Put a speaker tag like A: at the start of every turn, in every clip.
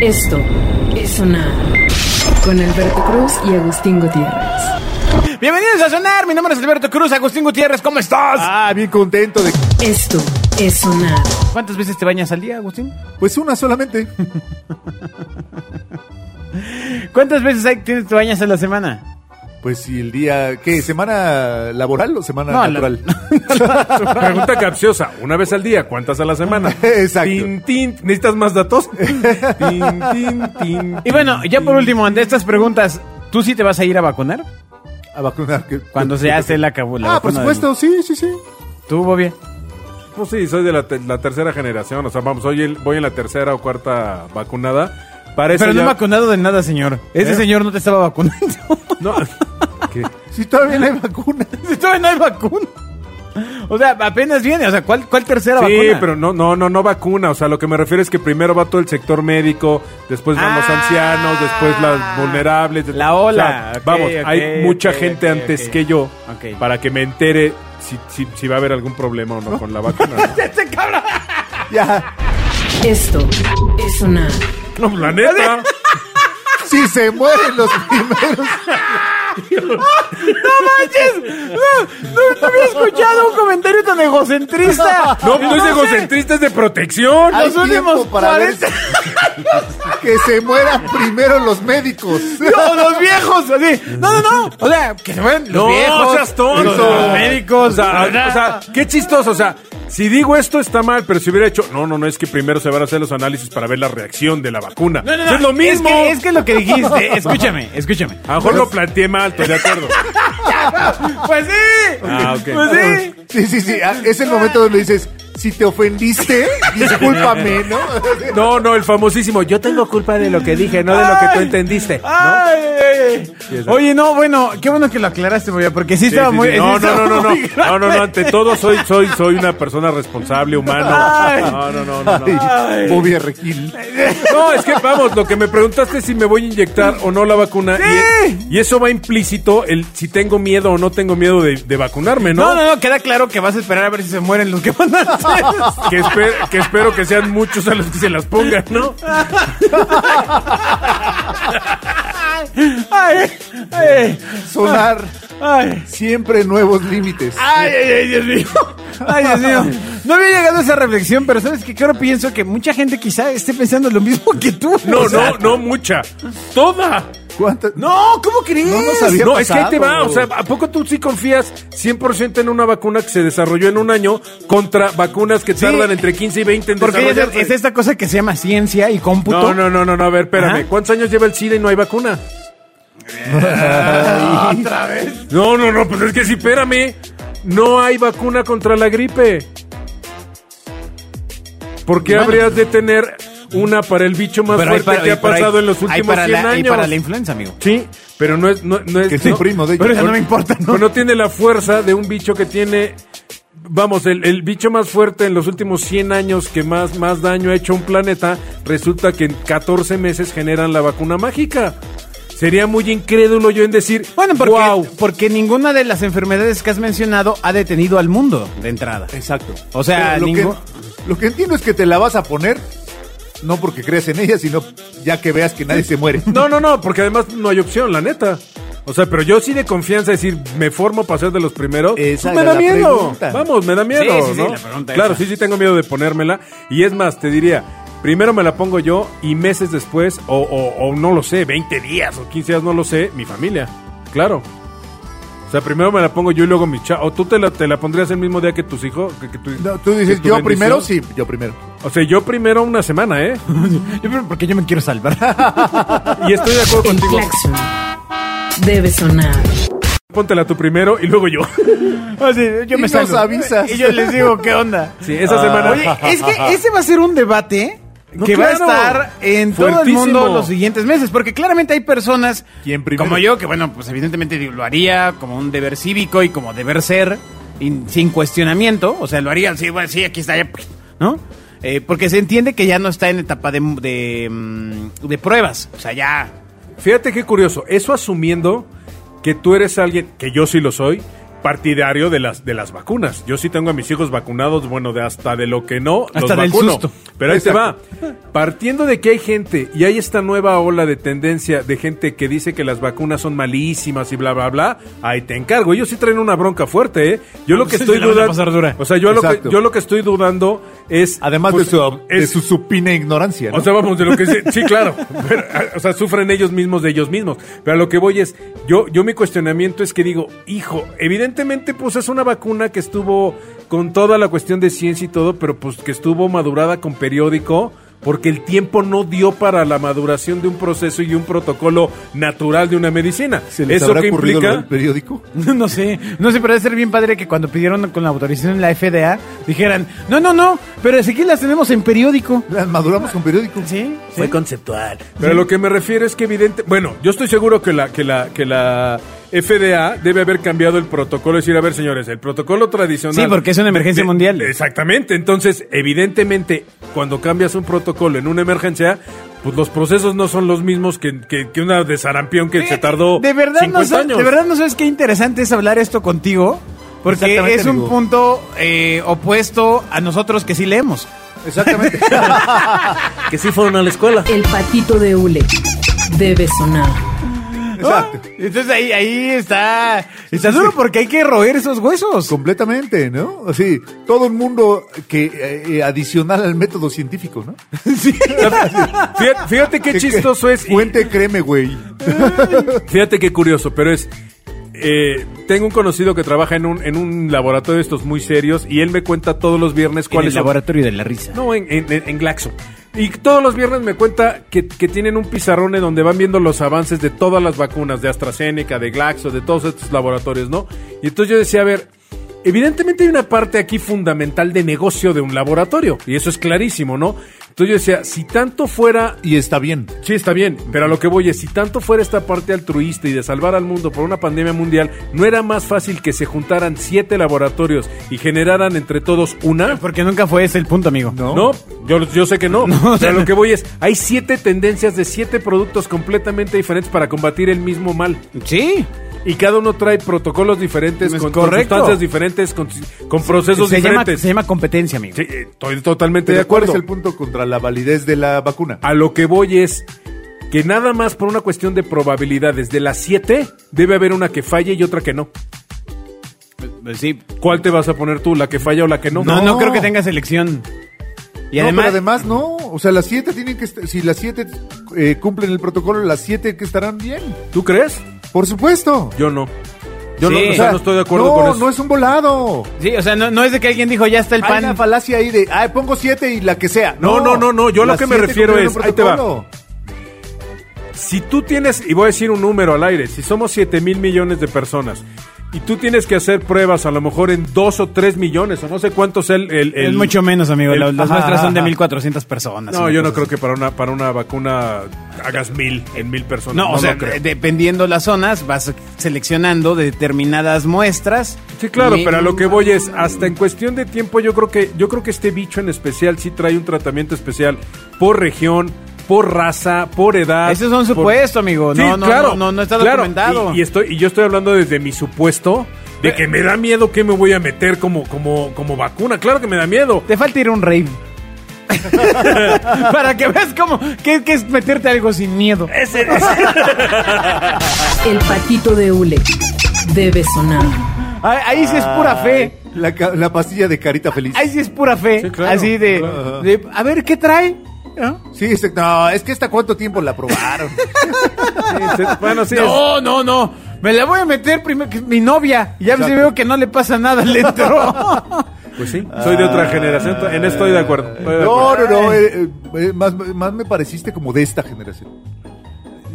A: Esto es Sonar con Alberto Cruz y Agustín Gutiérrez.
B: Bienvenidos a Sonar, mi nombre es Alberto Cruz, Agustín Gutiérrez, ¿cómo estás?
C: Ah, bien contento de...
A: Esto es Sonar
B: ¿Cuántas veces te bañas al día, Agustín?
C: Pues una solamente.
B: ¿Cuántas veces hay, tienes- te bañas a la semana?
C: Pues si el día... ¿Qué? ¿Semana laboral o semana
B: No, la-
C: natural?
D: Pregunta capciosa. Una vez al día, ¿cuántas a la semana?
C: Exacto.
D: Tin, tin. ¿Necesitas más datos? Tin, tin, tin,
B: Y bueno, ya por último, ante estas preguntas, ¿tú sí te vas a ir a vacunar?
C: A vacunar. que-
B: Cuando
C: que-
B: se
C: que-
B: hace la acabó. la
C: Ah, por
B: vacuna del-
C: supuesto, sí, sí, sí.
B: ¿Tú, Bobby?
D: Pues sí, soy de la, te- la tercera generación. O sea, vamos, hoy el- voy en la tercera o cuarta vacunada. Para eso
B: Pero no
D: ya-
B: vacunado de nada, señor. Ese
D: ¿Eh?
B: señor no te estaba vacunando.
D: No. ¿Qué?
C: Sí, todavía no hay vacuna.
B: Si todavía no hay vacuna. O sea, apenas viene. O sea, ¿cuál, cuál tercera
D: Sí,
B: vacuna?
D: pero no, no, no, no vacuna. O sea, lo que me refiero es que primero va todo el sector médico, después van los
B: Ah,
D: ancianos, después las vulnerables.
B: la
D: O
B: ola.
D: sea,
B: Ok,
D: vamos,
B: ok,
D: hay mucha
B: ok,
D: gente
B: ok,
D: antes
B: ok.
D: que yo
B: Ok.
D: para que me entere si, si- si va a haber algún problema o no con la vacuna. ¿no?
B: ¡Este cabrón!
C: Ya.
A: Esto es Sonar
D: No, pues, la neta.
C: Si se mueren los primeros.
B: ¡No manches! No, no, no había escuchado un comentario tan egocentrista.
D: No, no es
B: sé,
D: egocentrista, es de protección.
C: Hay
B: Los últimos
C: tiempo para ver
B: 40
C: Que se mueran primero los médicos.
B: No, los viejos, así. No, no, no. O sea, que se fueran los
D: No,
B: viejos.
D: seas tonto.
B: Los médicos.
D: O sea, o sea, qué chistoso. O sea, si digo esto está mal, pero si hubiera hecho. No, no, no, es que primero se van a hacer los análisis para ver la reacción de la vacuna.
B: No, no, no,
D: Eso Es lo mismo.
B: Es que, es que lo que dijiste, escúchame, escúchame.
D: A lo mejor lo planteé mal, estoy de acuerdo.
B: Pues sí.
D: Ah, ok.
B: Pues sí.
C: Sí, sí, sí. Ah, Es el momento donde dices, si te ofendiste, discúlpame, ¿no?
D: No, no, el famosísimo. Yo tengo culpa de lo que dije, no de lo que tú
B: Ay.
D: entendiste. ¿no?
B: Ay, ay, ay.
D: exacto.
B: Oye, no, bueno, qué bueno que lo aclaraste, Boya, porque sí
D: Sí,
B: estaba
D: sí,
B: muy.
D: sí.
B: sí
D: No, no,
B: estaba
D: no, no, no,
B: muy grave.
D: no, no, no, ante todo soy, soy, soy una persona responsable, humano.
B: Ay.
D: No, no, no, no, no.
C: Ay, Bobby Arrequil.
D: No, es que vamos, lo que me preguntaste es si me voy a inyectar o no la vacuna.
B: Sí.
D: Y, y eso va implícito el si tengo miedo o no tengo miedo de, de vacunarme, ¿no?
B: No, no, no, queda claro que vas a esperar a ver si se mueren los que van a hacer.
D: Que, espe- que espero que sean muchos a los que se las pongan, ¿no?
B: Ay, ay,
C: Sonar
B: ay,
C: siempre nuevos límites.
B: ay, ay, ay, Dios mío. Ay, Dios mío. No había llegado a esa reflexión, pero sabes que ahora pienso que mucha gente quizá esté pensando lo mismo que tú.
D: No,
B: O sea,
D: no, no mucha. Toda.
C: ¿Cuántas?
B: No, ¿cómo crees?
C: No, no sabía.
D: No, es que ahí te va.
C: pasado.
D: O sea, ¿a poco tú sí confías 100% en una vacuna que se desarrolló en un año contra vacunas que tardan entre 15 y 20 en
B: Porque es,
D: desarrollarse?
B: es esta cosa que se llama ciencia y cómputo.
D: No, no, no, no, no, a ver, espérame.
B: Ajá.
D: ¿Cuántos años lleva el SIDA y no hay vacuna?
B: Otra vez.
D: No, no, no, pues es que sí, espérame. No hay vacuna contra la gripe. ¿Por qué
B: Bueno.
D: habrías de tener una para el bicho más
B: Pero hay
D: fuerte
B: para-
D: que
B: hay
D: ha
B: para-
D: pasado en los
B: hay
D: últimos
B: para
D: 100
B: la- hay
D: años?
B: para la influenza, amigo.
D: Sí, pero no es... No, no es
C: Que soy
D: no-
C: primo de ella.
B: Pero eso no me importa, ¿no?
D: Pero no tiene la fuerza de un bicho que tiene... Vamos, el, el bicho más fuerte en los últimos 100 años que más, más daño ha hecho a un planeta, resulta que en 14 meses generan la vacuna mágica. Sería muy incrédulo yo en decir,
B: Bueno, porque,
D: wow,
B: porque ninguna de las enfermedades que has mencionado ha detenido al mundo de entrada.
C: Exacto.
B: O sea,
C: Pero lo,
B: ningún-
C: que, lo que entiendo es que te la vas a poner, no porque creas en ella, sino ya que veas que nadie se muere.
D: No, no, no, porque además no hay opción, la neta. O sea, pero yo sí de confianza decir, me formo para ser de los primeros. pues
C: Esa
D: me
C: era
D: da
C: la
D: miedo.
C: pregunta.
D: Vamos, me da miedo.
B: Sí, sí, sí,
D: ¿no?
B: la pregunta
D: claro,
B: esa.
D: sí, sí tengo miedo de ponérmela. Y es más, te diría, primero me la pongo yo y meses después, o, o- o no lo sé, 20 días o 15 días, no lo sé, mi familia. Claro. O sea, primero me la pongo yo y luego mi chavo. ¿O tú te la, te la pondrías el mismo día que tus hijos? Que, que tu-
C: No, tú
D: que
C: dices,
D: tu
C: yo
D: bendición?
C: primero, sí, yo primero.
D: O sea, yo primero una semana, ¿eh?
B: Yo, pero porque yo me quiero salvar.
D: y estoy de acuerdo
A: El
D: contigo.
A: claxon debe sonar.
D: Póntela tú primero y luego yo.
B: Así, yo
C: Y
B: me
C: nos
B: salgo.
C: avisas.
B: Y yo les digo, ¿qué onda?
D: Sí, esa semana.
B: Ah. Oye, es que ese va a ser un debate
D: No,
B: que
D: claro.
B: va a estar en todo el
D: Fuertísimo.
B: mundo los siguientes meses, porque claramente hay personas
C: ¿Quién primero?
B: como yo que, bueno, pues evidentemente digo, lo haría como un deber cívico y como deber ser, y sin cuestionamiento, o sea, lo haría así, bueno, sí, aquí está, ya, pues, ¿no? Eh, porque se entiende que ya no está en etapa de, de, mm, de pruebas, o sea, ya...
D: Fíjate qué curioso. Eso asumiendo que tú eres alguien, que yo sí lo soy, partidario de las de las vacunas. Yo sí tengo a mis hijos vacunados, bueno, de hasta de lo que no,
B: Hasta del
D: vacuno.
B: susto.
D: Pero ahí
C: Exacto.
D: te va. Partiendo de que hay gente y hay esta nueva ola de tendencia de gente que dice que las vacunas son malísimas y bla bla bla, ahí te encargo. Ellos sí traen una bronca fuerte, ¿eh? Yo lo que
B: Sí,
D: estoy
B: la van a
D: dudando,
B: pasar dura.
D: o sea, yo lo que
C: Exacto.
D: yo lo que estoy dudando es
C: Además de,
D: pues,
C: su, de
D: es-
C: su supina ignorancia. ¿no?
D: o sea, vamos, de lo que sí, sí, claro. Pero, a- o sea, sufren ellos mismos de ellos mismos. Pero a lo que voy es, yo, yo mi cuestionamiento es que digo, hijo, evidentemente, pues es una vacuna que estuvo con toda la cuestión de ciencia y todo, pero pues que estuvo madurada con periódico. Porque el tiempo no dio para la maduración de un proceso y un protocolo natural de una medicina.
C: ¿Se les
D: Eso
C: habrá
D: que
C: ocurrido lo
D: implica.
C: del periódico?
B: No sé, no sé, pero debe ser bien padre que cuando pidieron con la autorización en la FDA dijeran, no, no, no, pero aquí las tenemos en periódico.
C: Las maduramos con periódico.
B: Sí, sí.
D: conceptual. Pero a lo que me refiero es que evidente, bueno, yo estoy seguro que la que la que la FDA debe haber cambiado el protocolo, es decir, a ver, señores, el protocolo tradicional.
B: Sí, porque es una emergencia
D: De-
B: mundial.
D: Exactamente. Entonces, evidentemente, cuando cambias un protocolo en una emergencia, pues los procesos no son los mismos que, que, que una de sarampión que se tardó
B: de verdad no
D: 50
B: sabes,
D: años.
B: De verdad no sabes qué interesante es hablar esto contigo, porque
C: Exactamente,
B: es un
C: amigo.
B: punto eh, opuesto a nosotros que sí leemos.
C: Exactamente.
D: que sí fueron a la escuela.
A: El patito de Ule debe sonar.
C: Exacto.
B: Ah, Entonces ahí, ahí está. Está duro porque hay que roer esos huesos.
C: Completamente, ¿no? Así, todo el mundo que eh, eh, adicional al método científico, ¿no?
D: Fíjate, fíjate qué
C: Que-
D: chistoso
C: que-
D: es. y-
C: Fuente, créeme, güey.
D: Fíjate qué curioso, pero es. eh, tengo un conocido que trabaja en un, en un laboratorio de estos muy serios y él me cuenta todos los viernes cuál es
B: laboratorio de la risa?
D: No, en, en- en- en Glaxo. Y todos los viernes me cuenta que, que tienen un pizarrón en donde van viendo los avances de todas las vacunas, de AstraZeneca, de Glaxo, de todos estos laboratorios, ¿no? Y entonces yo decía, a ver, evidentemente hay una parte aquí fundamental de negocio de un laboratorio, y eso es clarísimo, ¿no? Entonces yo decía, si tanto fuera
C: Y está bien.
D: Sí, está bien, pero a lo que voy es, si tanto fuera esta parte altruista y de salvar al mundo por una pandemia mundial, ¿no era más fácil que se juntaran siete laboratorios y generaran entre todos una?
B: Porque nunca fue ese el punto, amigo.
C: No.
D: No, yo, yo sé que no.
B: No, o sea,
D: pero a lo que voy es, hay siete tendencias de siete productos completamente diferentes para combatir el mismo mal.
B: Sí.
D: Y cada uno trae protocolos diferentes,
B: Es
D: con, con
B: correcto.
D: sustancias diferentes, con, con procesos
B: Se llama,
D: diferentes.
B: se llama competencia, amigo.
D: Sí, eh, estoy totalmente de
C: Pero ¿cuál
D: acuerdo.
C: es el punto contra la validez de la vacuna?
D: A lo que voy es que nada más por una cuestión de probabilidades, de las siete, debe haber una que falle y otra que no.
B: Sí.
D: ¿Cuál te vas a poner tú, la que falla o la que no?
B: No, no,
C: No.
B: creo que tenga selección. Y
C: No,
B: además,
C: pero además no, o sea, las siete tienen que est- si las siete eh, cumplen el protocolo, las siete que estarán bien,
D: ¿Tú crees?
C: por supuesto.
D: Yo no. Yo
B: Sí.
D: no, o sea,
B: O sea,
D: no estoy de acuerdo
C: no,
D: con eso.
C: No es un volado.
B: sí, o sea, no, no es de que alguien dijo ya está el
C: Hay
B: pan.
C: una falacia ahí de, ay, pongo siete y la que sea.
D: No, no, no, no, yo lo
C: las
D: que me
C: siete
D: refiero
C: cumplieron el
D: es, ahí te va.
C: protocolo.
D: Si tú tienes, y voy a decir un número al aire, si somos 7 mil millones de personas y tú tienes que hacer pruebas a lo mejor en 2 o 3 millones o no sé cuántos el... el, el-
B: es mucho menos, amigo.
D: el-
B: Las- las
D: Ajá,
B: muestras son de
D: ajá.
B: 1400 personas.
D: No,
B: una
D: yo no
B: cosa
D: creo
B: así.
D: que para una, para una vacuna hagas mil en mil personas.
B: No, o sea,
D: creo.
B: dependiendo las zonas, vas seleccionando determinadas muestras.
D: Sí, claro,
B: Y-
D: pero a lo que voy es, hasta en cuestión de tiempo, yo creo que, yo creo que este bicho en especial sí trae un tratamiento especial por región, por raza, por edad.
B: Ese es un
D: por-
B: supuesto, amigo.
D: Sí,
B: No, no,
D: claro,
B: no, no, no está
D: claro.
B: documentado.
D: Y, y estoy, y yo estoy hablando desde mi supuesto de que me da miedo que me voy a meter como, como, como vacuna. Claro que me da miedo.
B: Te falta ir a un rave. Para que veas cómo que, que es meterte algo sin miedo.
A: El patito de Ule debe sonar.
B: Ahí, ahí sí es pura fe.
C: La, ca- la pastilla de carita feliz.
B: Ahí sí es pura fe.
D: Sí, claro,
B: Así de,
C: claro.
B: de, a ver, ¿qué trae? ¿No?
C: Sí, exacto. no, es que esta cuánto tiempo la probaron.
D: Sí, sí, bueno, sí, es-
B: No, no, no. Me la voy a meter primero que es mi novia. Ya
C: Exacto.
B: se veo que no le pasa nada, le entró.
D: pues sí, soy de
B: Ah.
D: otra generación. En esto estoy de acuerdo. estoy de
C: no,
D: acuerdo.
C: no, no, eh, eh, eh, más, más me pareciste como de esta generación,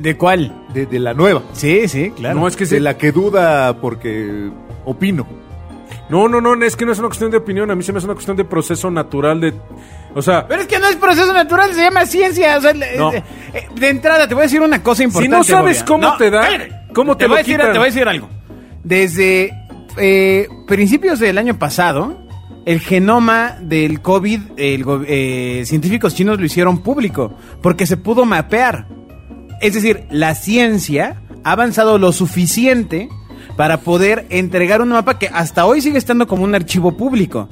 B: ¿De cuál?
C: de, de la nueva,
B: Sí, sí, claro.
D: No, es que sí.
C: de la que duda porque opino.
D: No, no, no, es que no es una cuestión de opinión, a mí se me hace una cuestión de proceso natural de... O sea,
B: Pero es que no es proceso natural, se llama ciencia. O sea, le-
D: No.
B: eh, de entrada, te voy a decir una cosa importante.
D: no sabes
B: Bobia.
D: cómo te da,
B: cállate.
D: cómo te
B: voy
D: lo
B: a decir,
D: quitan.
B: Te voy a decir algo. Desde eh, principios del año pasado, el genoma del COVID, el go- eh, científicos chinos lo hicieron público, porque se pudo mapear. Es decir, la ciencia ha avanzado lo suficiente para poder entregar un mapa que hasta hoy sigue estando como un archivo público.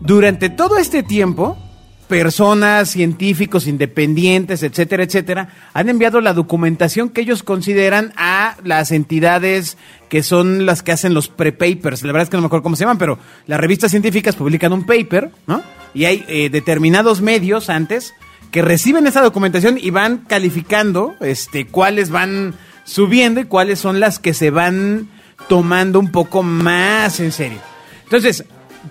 B: Durante todo este tiempo, personas, científicos, independientes, etcétera, etcétera, han enviado la documentación que ellos consideran a las entidades que son las que hacen los pre-papers. La verdad es que no me acuerdo cómo se llaman, pero las revistas científicas publican un paper, ¿no? Y hay eh, determinados medios antes que reciben esa documentación y van calificando este, cuáles van subiendo y cuáles son las que se van tomando un poco más en serio. Entonces,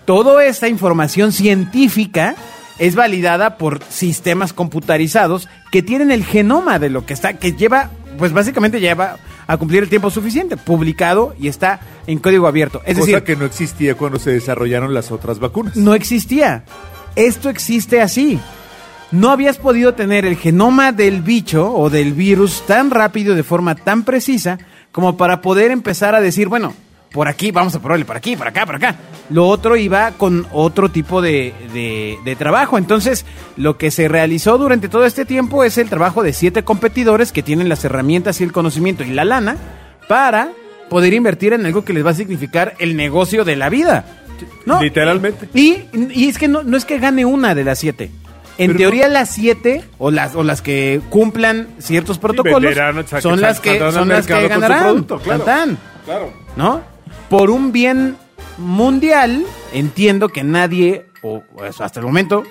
B: toda esta información científica es validada por sistemas computarizados que tienen el genoma de lo que está, que lleva, pues básicamente lleva a cumplir el tiempo suficiente, publicado y está en código abierto. Es
C: cosa
B: decir,
C: que no existía cuando se desarrollaron las otras vacunas.
B: no existía. Esto existe así. No habías podido tener el genoma del bicho o del virus tan rápido, de forma tan precisa, como para poder empezar a decir, bueno, por aquí, vamos a probarle, por aquí, por acá, por acá. Lo otro iba con otro tipo de, de- de trabajo. Entonces, lo que se realizó durante todo este tiempo es el trabajo de siete competidores que tienen las herramientas y el conocimiento y la lana para poder invertir en algo que les va a significar el negocio de la vida. ¿No?
D: Literalmente.
B: Y, y es que no, no es que gane una de las siete. En
D: Pero
B: teoría las siete o las o las que cumplan ciertos protocolos
D: venderán, sa-
B: son
D: sa-
B: las que
D: saldrán al
B: son las que
D: mercado con su
B: ganarán,
D: producto, claro.
B: tan, tan,
D: Claro.
B: ¿no? Por un bien mundial entiendo que nadie o pues, hasta el momento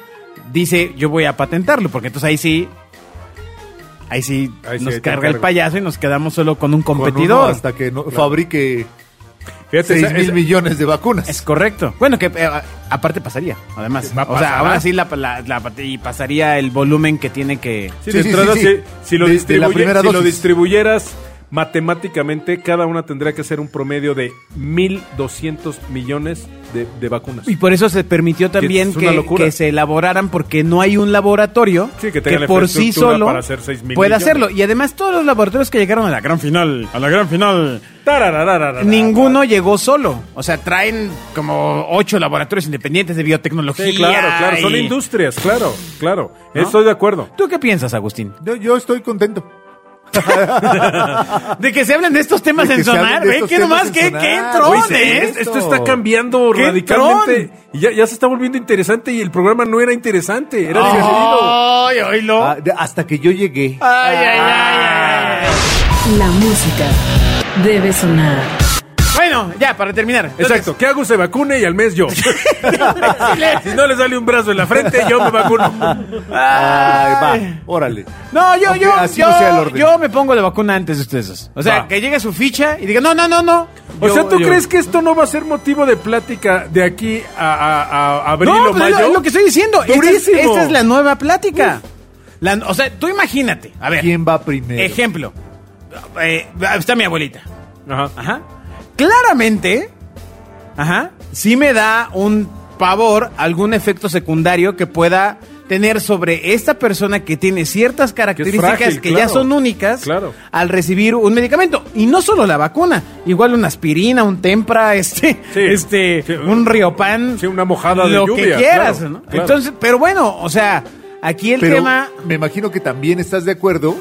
B: dice yo voy a patentarlo porque entonces ahí sí ahí sí
D: Ahí sí,
B: nos
D: ahí te
B: carga el
D: encargo.
B: payaso y nos quedamos solo con un
C: Con uno
B: competidor.
C: hasta que no fabrique
D: Fíjate,
C: 6
D: esa-
C: mil
D: esa-
C: millones de vacunas.
B: Es correcto. Bueno, que eh, a- aparte pasaría, además.
D: Va a
B: o sea,
D: pasar.
B: aún así la, la- la- y pasaría el volumen que tiene que...
D: Sí,
C: Sí,
D: de
C: sí,
D: entrada,
C: sí,
D: si-
C: sí.
D: Si, lo,
C: De- de
D: distribuye-
C: la primera
D: si lo
C: dosis.
D: distribuyeras matemáticamente, cada una tendría que ser un promedio de 1.200 millones de, de vacunas.
B: Y por eso se permitió también
D: Es una
B: que,
D: locura.
B: que se elaboraran porque no hay un laboratorio
D: Sí, que tenga
B: que
D: la
B: por sí
D: infraestructura
B: solo
D: para hacer seis mil
B: pueda
D: millones.
B: hacerlo. Y además todos los laboratorios que llegaron a la gran final, a la gran final,
D: Tararararara.
B: ninguno llegó solo. O sea, traen como ocho laboratorios independientes de biotecnología.
D: Sí, claro, claro. Son
B: y-
D: industrias, claro, claro.
B: ¿No?
D: Estoy de acuerdo.
B: ¿Tú qué piensas, Agustín?
C: Yo, yo estoy contento.
D: Ah.
B: De que se hablen de estos temas
C: De que
B: en
C: se hablen
B: sonar,
C: de
B: ve
C: estos
B: que ¿eh?
C: temas
B: nomás,
C: en
B: qué,
C: Sonar.
B: qué
C: Güey,
B: trones.
C: se ve
D: Esto, esto está cambiando
B: ¡Qué
D: radicalmente. Y ya, ya se está volviendo interesante y el programa no era interesante, era divertido.
B: Ay, oílo.
C: Ah, de- hasta que yo llegué.
B: Ay, ay, ay, ay, ay.
C: Ah.
A: La música debe sonar.
B: Bueno, ya, para terminar.
D: Exacto, que hago se vacune y al mes yo. si no le sale un brazo en la frente, yo me vacuno.
C: Ay, va, órale.
B: No, yo,
C: Aunque
B: yo,
C: así
B: yo,
C: no sea el orden.
B: yo me pongo la vacuna antes de ustedes. O sea,
D: Va.
B: que llegue su ficha y diga, no, no, no, no.
D: O
B: Yo-
D: sea, ¿tú
B: yo-
D: crees que esto no va a ser motivo de plática de aquí a, a- a abril
B: No,
D: o
B: pues es
D: mayo?
B: lo, es lo que estoy diciendo. Esta es,
D: Durísimo.
B: esta es la nueva plática. La- o sea, tú imagínate. A ver,
C: ¿Quién va primero?
B: ejemplo. Eh, está mi abuelita.
D: Ajá.
B: Ajá. Claramente, ajá, sí me da un pavor, algún efecto secundario que pueda tener sobre esta persona que tiene ciertas características que,
D: frágil,
B: ya
D: claro.
B: son únicas
D: Claro.
B: al recibir un medicamento. Y no solo la vacuna, igual una aspirina, un tempra, este,
D: Sí.
B: este,
D: Sí.
B: un riopan.
D: Sí, una mojada de
B: lo que
D: lluvia,
B: quieras,
D: claro,
B: ¿no?
D: claro.
B: Entonces, pero bueno, o sea, aquí el
C: Pero
B: tema...
C: me imagino que también estás de acuerdo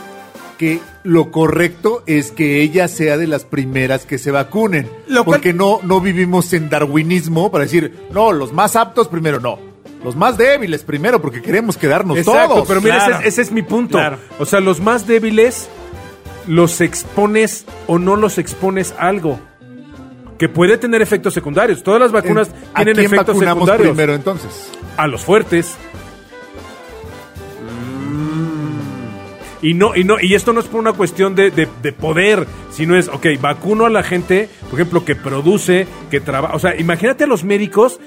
C: que lo correcto es que ella sea de las primeras que se vacunen.
B: Lo cual-
C: porque no, no vivimos en darwinismo para decir, no, los más aptos primero, no. Los más débiles primero, porque queremos quedarnos
D: Exacto,
C: todos.
D: pero mira,
B: Claro.
D: ese, es- ese es mi punto.
B: Claro.
D: O sea, los más débiles los expones o no los expones a algo que puede tener efectos secundarios. Todas las vacunas
C: ¿A
D: tienen
C: quién
D: efectos
C: vacunamos
D: secundarios.
C: primero entonces?
D: A los fuertes. Y no, y no, y esto no es por una cuestión de, de- de poder, sino es, ok, vacuno a la gente, por ejemplo, que produce, que trabaja. O sea, imagínate a los médicos.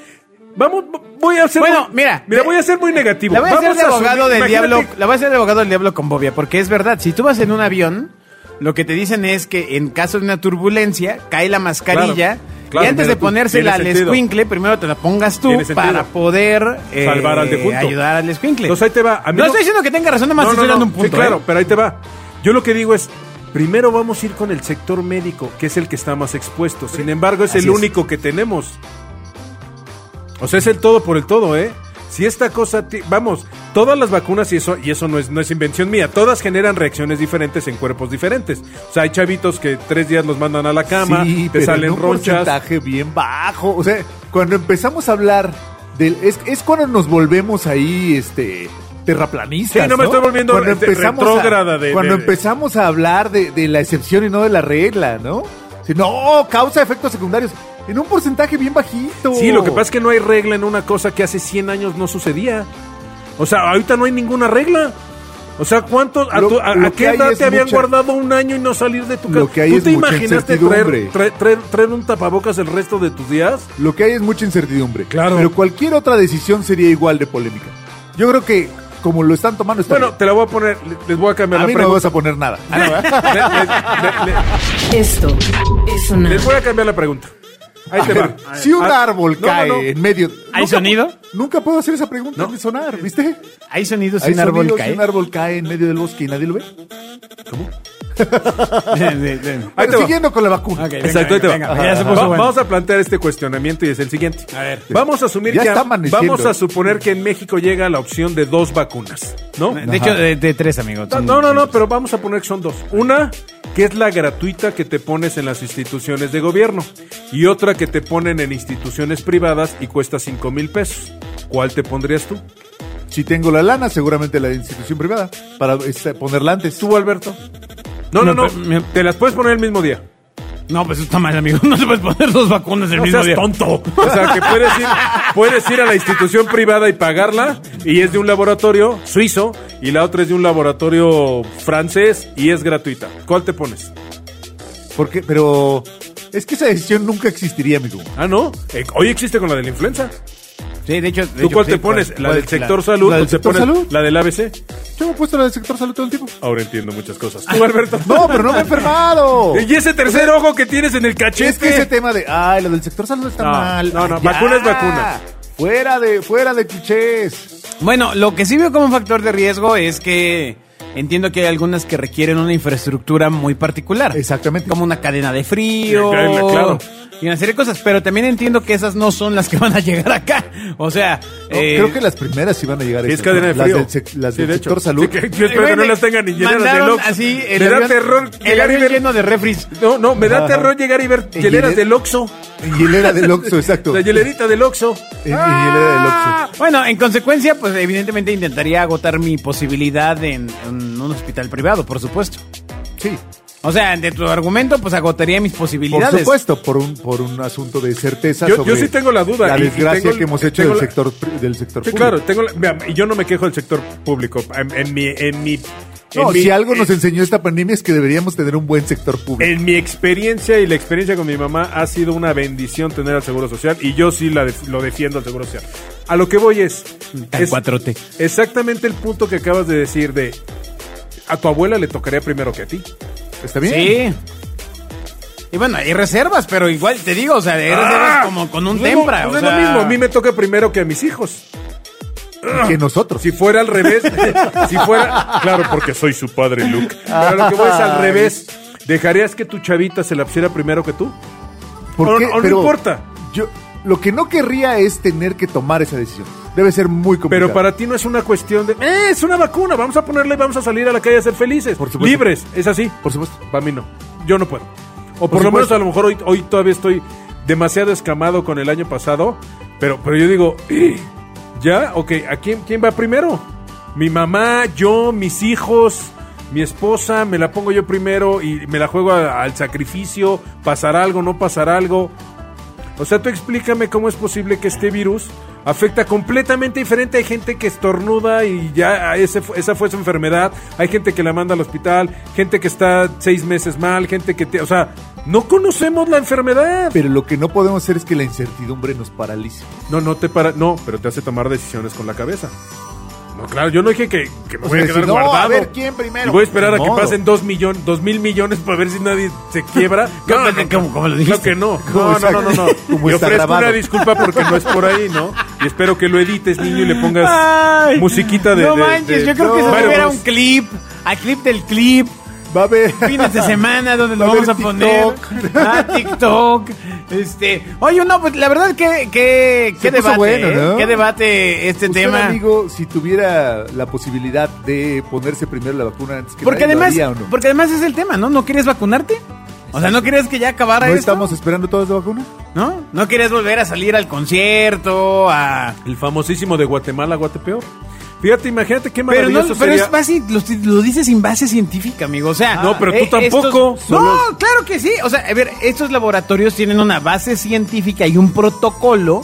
D: Vamos, voy a ser.
B: Bueno,
D: muy-
B: mira,
D: Mira,
B: te-
D: voy a ser muy negativo.
B: La voy a hacer
D: Vamos
B: de abogado
D: asumir-
B: del
D: imagínate-
B: diablo. La voy a hacer de abogado del diablo con Bobia, porque es verdad, si tú vas en un avión, lo que te dicen es que en caso de una turbulencia, cae la mascarilla.
D: Claro, claro,
B: y antes de
D: pero tú-
B: ponérsela al
D: tiene sentido.
B: escuincle, primero te la pongas tú
D: Tiene sentido.
B: para poder eh,
D: Salvar al defunto.
B: ayudar al escuincle.
D: Entonces ahí te va. A mí
B: no, estoy diciendo que tenga razón, nomás
D: No,
B: estoy
D: no, no.
B: dando un punto.
D: Sí, claro,
B: ¿eh?
D: pero ahí te va. Yo lo que digo es, primero vamos a ir con el sector médico, que es el que está más expuesto. Sin embargo, es
B: Así
D: el
B: es.
D: único que tenemos. O sea, es el todo por el todo, ¿eh? Si esta cosa, ti- vamos, Todas las vacunas, y eso, y eso no es, no es invención mía, todas generan reacciones diferentes en cuerpos diferentes. O sea, hay chavitos que tres días los mandan a la cama,
C: sí,
D: te
C: pero en
D: salen
C: un
D: ronchas.
C: porcentaje bien bajo. O sea, cuando empezamos a hablar del es, es cuando nos volvemos ahí, este terraplanistas.
D: Sí, no me estoy volviendo,
C: Cuando
D: este,
C: empezamos a-
D: retrógrada de-
C: cuando
D: de-
C: empezamos a hablar de, de la excepción y no de la regla, ¿no? Si no, causa efectos secundarios en un porcentaje bien bajito.
D: Sí, lo que pasa es que no hay regla en una cosa que hace 100 años no sucedía. O sea, ahorita no hay ninguna regla. O sea, ¿cuántos, a,
C: Lo-
D: tu- a-
C: lo
D: a
C: que
D: qué
C: hay
D: edad
C: es
D: te habían
C: mucha-
D: guardado un año y no salir de tu casa?
C: Lo que hay
D: ¿Tú
C: es
D: te
C: mucha
D: imaginaste traer,
C: incertidumbre.
D: traer- traer- traer un tapabocas el resto de tus días?
C: Lo que hay es mucha incertidumbre.
D: Claro.
C: Pero cualquier otra decisión sería igual de polémica. Yo creo que como lo están tomando está
D: Bueno,
C: bien.
D: te la voy a poner, le- les voy a cambiar
C: a
D: la
C: mí no me
D: pregunta.
C: vas a poner nada.
D: Le- le- le- le-
A: Esto es sonar.
D: les voy a cambiar la pregunta. Ahí te va.
C: Si un
D: Ah,
C: árbol
D: no, no,
C: cae
D: no.
C: en medio.
B: ¿Hay
C: Nunca-
B: sonido?
C: Nunca puedo hacer esa pregunta
D: No.
C: de sonar, ¿viste?
B: Hay sonidos
C: Hay
B: sin árbol
C: sonido si
B: cae.
C: un árbol cae en medio del bosque y nadie lo ve.
B: Sí, sí, sí.
D: Ahí te
C: Pero
D: va.
C: siguiendo con la vacuna.
B: Ok, venga,
D: Exacto, ahí te va.
B: venga, venga, ya se
D: Va-
B: puso bueno.
D: Vamos a plantear este cuestionamiento y es el siguiente.
B: A ver.
D: Vamos a asumir
C: Ya
D: que
C: está amaneciendo.
D: vamos a suponer que en México llega la opción de dos vacunas, ¿no?
B: De hecho, de, de tres, amigos.
D: Ah, No, no, no, pero vamos a poner que son dos. Una que es la gratuita que te pones en las instituciones de gobierno y otra que te ponen en instituciones privadas y cuesta 5 mil pesos. ¿Cuál te pondrías tú?
C: Si tengo la lana, seguramente la institución privada. Para este, ponerla antes.
D: Tú, Alberto. No, no,
B: No,
D: no.
B: pero- mira.
D: Te las puedes poner el mismo día.
B: No, pues está mal, amigo. No se puedes poner dos vacunas el
D: No
B: mismo
D: seas
B: día.
D: tonto. O sea, que puedes ir, puedes ir a la institución privada y pagarla, y es de un laboratorio suizo, y la otra es de un laboratorio francés, y es gratuita. ¿Cuál te pones?
C: Porque, pero es que esa decisión nunca existiría, amigo.
D: Ah, no. Eh, hoy existe con la de la influenza.
B: Sí, de hecho. de
D: ¿Tú
B: hecho,
D: cuál
B: sí,
D: te pones?
B: cuál-
D: ¿La
B: cuál-
D: del sector salud
C: la del
D: o te
C: sector
D: pones
C: salud?
D: la del ABC?
C: Yo me he puesto la del sector salud todo el tiempo.
D: Ahora entiendo muchas cosas. Tú, Alberto.
C: No, pero no me he enfermado.
D: ¿Y ese tercer ojo que tienes en el cachete?
C: Es que ese tema de, ay, lo del sector salud está
D: No,
C: mal.
D: no, no,
C: Ay, ya.
D: vacuna es vacuna.
C: Fuera de, fuera de clichés.
B: Bueno, lo que sí veo como un factor de riesgo es que entiendo que hay algunas que requieren una infraestructura muy particular.
C: Exactamente.
B: Como una cadena de frío.
D: Sí, cadena, claro.
B: Y una serie de cosas. Pero también entiendo que esas no son las que van a llegar acá. O sea.
C: No,
B: eh,
C: creo que las primeras iban a llegar. a
D: Sí, es
C: ese,
D: cadena de
C: ¿no?
D: frío.
C: Las del, sec- las
D: Sí,
C: del
D: de
C: sector
D: hecho.
C: salud.
D: Sí, que- yo espero que no
B: güey,
D: las tengan ni llenas de
B: mandaron
D: Lux.
B: así el
D: Me da
B: avión-
D: terror
B: el
D: llegar y
B: avión
D: ver...
B: lleno de refris.
D: No, no, me da
C: Ajá.
D: terror llegar y ver
C: En
D: hieleras
C: hiele-
D: del Oxxo.
C: En hielera del Oxxo, exacto.
D: La hielerita del Oxxo.
C: En, en hielera del Oxxo.
B: Ah, Bueno, en consecuencia, pues evidentemente intentaría agotar mi posibilidad en, en un hospital privado, por supuesto.
C: Sí,
B: O sea, de tu argumento, pues agotaría mis
C: por
B: posibilidades.
C: supuesto, por un, por un asunto de certeza
D: Yo- yo
C: sobre
D: sí tengo la duda,
C: La
D: y- y
C: desgracia
D: tengo el-
C: que hemos hecho
D: tengo
C: del
D: la-
C: sector, pri- del sector
D: Sí,
C: público.
D: claro, tengo la- vea, y yo no me quejo del sector público. En, en mi, en mi, en
C: No,
D: mi-
C: si algo nos
D: en-
C: enseñó esta pandemia es que deberíamos tener un buen sector público.
D: en mi experiencia y la experiencia con mi mamá ha sido una bendición tener al Seguro Social y yo sí la def- lo defiendo al Seguro Social. A lo que voy es,
B: Tan
D: es
B: 4T.
D: exactamente el punto que acabas de decir de a tu abuela le tocaría primero que a ti.
C: ¿Está bien?
B: Sí. Y bueno, hay reservas, pero igual te digo, o sea, hay reservas
D: ¡Ah!
B: como con un
D: Pues es lo-
B: tempra.
D: pues
B: o
D: es lo
B: sea,
D: mismo, a mí me toca primero que a mis hijos. Eh,
C: Y Que nosotros.
D: Si fuera al revés, si fuera. Claro, porque soy su padre, Luke. Pero lo que voy es al revés. ¿Dejarías que tu chavita se la pusiera primero que tú?
C: ¿Por
D: o-
C: qué?
D: o no importa.
C: Yo, lo que no querría es tener que tomar esa decisión. Debe ser muy complicado.
D: Pero para ti no es una cuestión de. "Eh, es una vacuna, vamos a ponerla y vamos a salir a la calle a ser felices.
C: Por supuesto.
D: Libres, es así.
C: Por supuesto.
D: Para mí no. Yo no puedo. O por,
C: Por
D: lo menos
C: supuesto.
D: a lo mejor hoy, hoy todavía estoy demasiado escamado con el año pasado. Pero, pero yo digo, "Ih, ya, ok, ¿a quién, quién va primero? Mi mamá, yo, mis hijos, mi esposa, me la pongo yo primero y me la juego a- al sacrificio, pasará algo, no pasará algo. O sea, tú explícame cómo es posible que este virus afecta completamente diferente. Hay gente que estornuda y ya ese, fu- esa fue su enfermedad. Hay gente que la manda al hospital, gente que está seis meses mal, gente que... te- o sea, no conocemos la enfermedad.
C: Pero lo que no podemos hacer es que la incertidumbre nos paralice.
D: No, no te para... No, pero te hace tomar decisiones con la cabeza. No, claro, yo no dije que, que me
C: O
D: voy a
C: sea,
D: quedar
C: Pues, si no,
D: guardado.
C: a ver, ¿quién primero?
D: Y voy a esperar a
C: Ni
D: que
C: modo.
D: pasen dos, millón, dos mil millones para ver si nadie se quiebra.
B: ¿Cómo- cómo- cómo lo dijiste?
D: Claro que no.
C: ¿Cómo
D: No, no,
C: está-
D: no, no. no.
C: cómo
D: Y
C: está
D: ofrezco
C: grabado?
D: una disculpa porque no es por ahí, ¿no? Y espero que lo edites, niño, y le pongas
B: Ay,
D: musiquita de...
B: No
D: de- pues,
B: manches,
D: de-
B: yo creo que
D: No,
B: se
D: Mario
B: tuviera
D: Bros.
B: un clip, al clip del clip.
C: Va a haber.
B: fines de semana donde
C: Va
B: lo
C: a
B: vamos a
C: haber
B: poner.
C: TikTok.
B: Ah, TikTok. Este, oye, no, pues la verdad que qué, qué
C: Se puso
B: debate,
C: bueno,
B: ¿eh?
C: ¿no?
B: qué debate este
C: Usted,
B: tema.
C: amigo, si tuviera la posibilidad de ponerse primero la vacuna antes que
B: porque
C: nadie, ¿lo
B: además,
C: haría o no?
B: porque además es el tema, ¿no? ¿No quieres vacunarte? O sea, ¿no quieres que ya acabara
C: ¿No
B: esto?
C: estamos esperando todas la vacuna?
B: ¿No? ¿No quieres volver a salir al concierto? A...
D: El famosísimo de Guatemala, Guatepeor. Fíjate, imagínate qué
B: Pero, no,
D: maravilloso
B: pero
D: sería.
B: es base- lo, lo dices sin base científica, amigo. O sea, Ah, eh,
D: No, pero tú tampoco.
B: estos- no, claro que sí. O sea, a ver, estos laboratorios tienen una base científica y un protocolo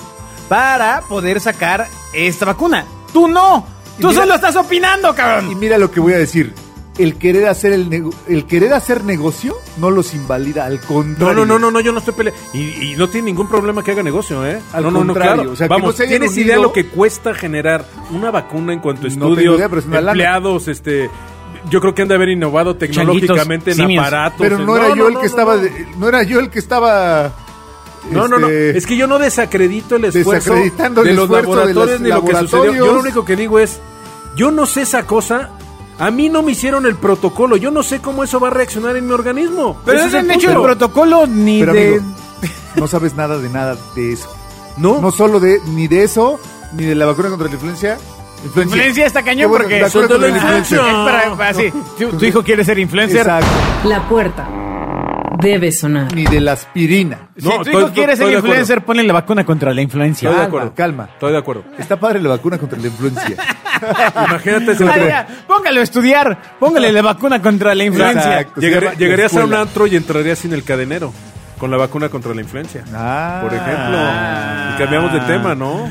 B: para poder sacar esta vacuna. Tú no.
C: Y
B: Tú
C: mira-
B: solo estás opinando,
C: Y
B: cabrón.
C: mira lo que voy a decir. El querer hacer el, nego- el querer hacer negocio no los invalida, al
D: No,
C: contrario.
D: no, no, no, no, yo no estoy peleando. Y, y no tiene ningún problema que haga negocio, ¿eh?
C: Al
D: no, no, no,
C: contrario,
D: claro.
C: o sea, que no
D: Vamos,
C: se hayan
D: ¿tienes
C: unido-
D: idea lo que cuesta generar una vacuna en cuanto
C: No
D: a estudios,
C: tengo idea, pero es una lana.
D: empleados, este... Yo creo que han de haber innovado tecnológicamente en
B: simios.
D: aparatos.
C: Pero
D: en-
C: no era yo el
D: no,
C: que
D: no,
C: estaba.
D: no.
C: de- No era yo el que estaba.
D: No, no, no.
C: este,
D: Es que yo no desacredito el esfuerzo
C: Desacreditando el
D: de los
C: esfuerzo de
D: laboratorios
C: los
D: ni lo que sucedió.
C: laboratorios.
D: Yo lo único que digo es, yo no sé esa cosa. A mí no me hicieron el protocolo. Yo no sé cómo eso va a reaccionar en mi organismo.
B: Pero
D: Ese
B: no
D: es
B: se han
D: el
B: hecho el
D: punto.
B: protocolo ni
C: Pero
B: de...
C: amigo, no sabes nada de nada de eso.
D: No,
C: No solo de ni de eso, ni de la vacuna contra la influencia. Influencia,
B: Influencia está
C: Qué
B: cañón
C: bueno,
B: porque...
C: la vacuna
D: Soltó la
C: contra
B: Ajá, es
D: influencia.
B: para- para- sí. Tu, tu hijo quiere ser influencer.
C: Exacto.
A: La puerta debe sonar.
C: Ni de la aspirina.
B: Si
D: No,
B: tu hijo quiere
D: estoy- estoy
B: ser
D: de acuerdo.
B: influencer, ponle la vacuna contra la influencia.
D: Estoy de
C: Calma,
D: acuerdo.
C: calma.
D: Estoy de acuerdo.
C: Está padre la vacuna contra la influencia.
D: Imagínate ese
B: Ah, ya, póngalo a estudiar, póngale la vacuna contra la influencia.
C: Exacto.
D: Llegaría,
C: Pues,
D: llegarías a un
C: escuela.
D: antro y entrarías sin el cadenero. Con la vacuna contra la influencia.
C: Ah.
D: por ejemplo. Y cambiamos de tema, ¿no?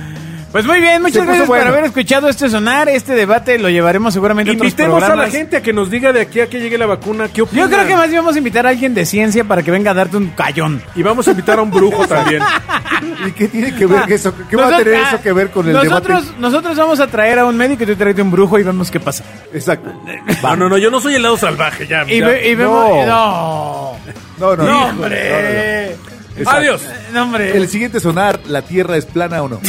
B: Pues muy bien,
C: Se
B: muchas
C: puso
B: gracias por
C: bueno.
B: haber escuchado este sonar, este debate lo llevaremos seguramente a otros
D: Invitemos a la
B: programas.
D: gente a que nos diga de aquí a que llegue la vacuna. ¿Qué
B: Yo
D: opinan?
B: creo que más bien vamos a invitar a alguien de ciencia para que venga a darte un cayón.
D: Y vamos a invitar a un brujo también.
C: ¿Y qué tiene que ver que eso? ¿Qué va a
B: Nosot-
C: tener
B: ah,
C: eso que ver con el
B: nosotros,
C: debate?
B: Nosotros vamos a traer a un médico y tú tráete un brujo y vemos qué pasa.
C: Exacto.
D: No, no, no, yo no soy el lado salvaje, ya.
B: Y,
D: ya.
B: ve- y
C: No.
B: vemos... No. No,
C: No, no, hijo, no, no, no.
B: hombre.
C: Exacto.
D: Adiós.
B: No, hombre.
C: El siguiente sonar, ¿la Tierra es plana o no?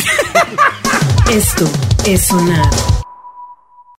A: Esto es sonar.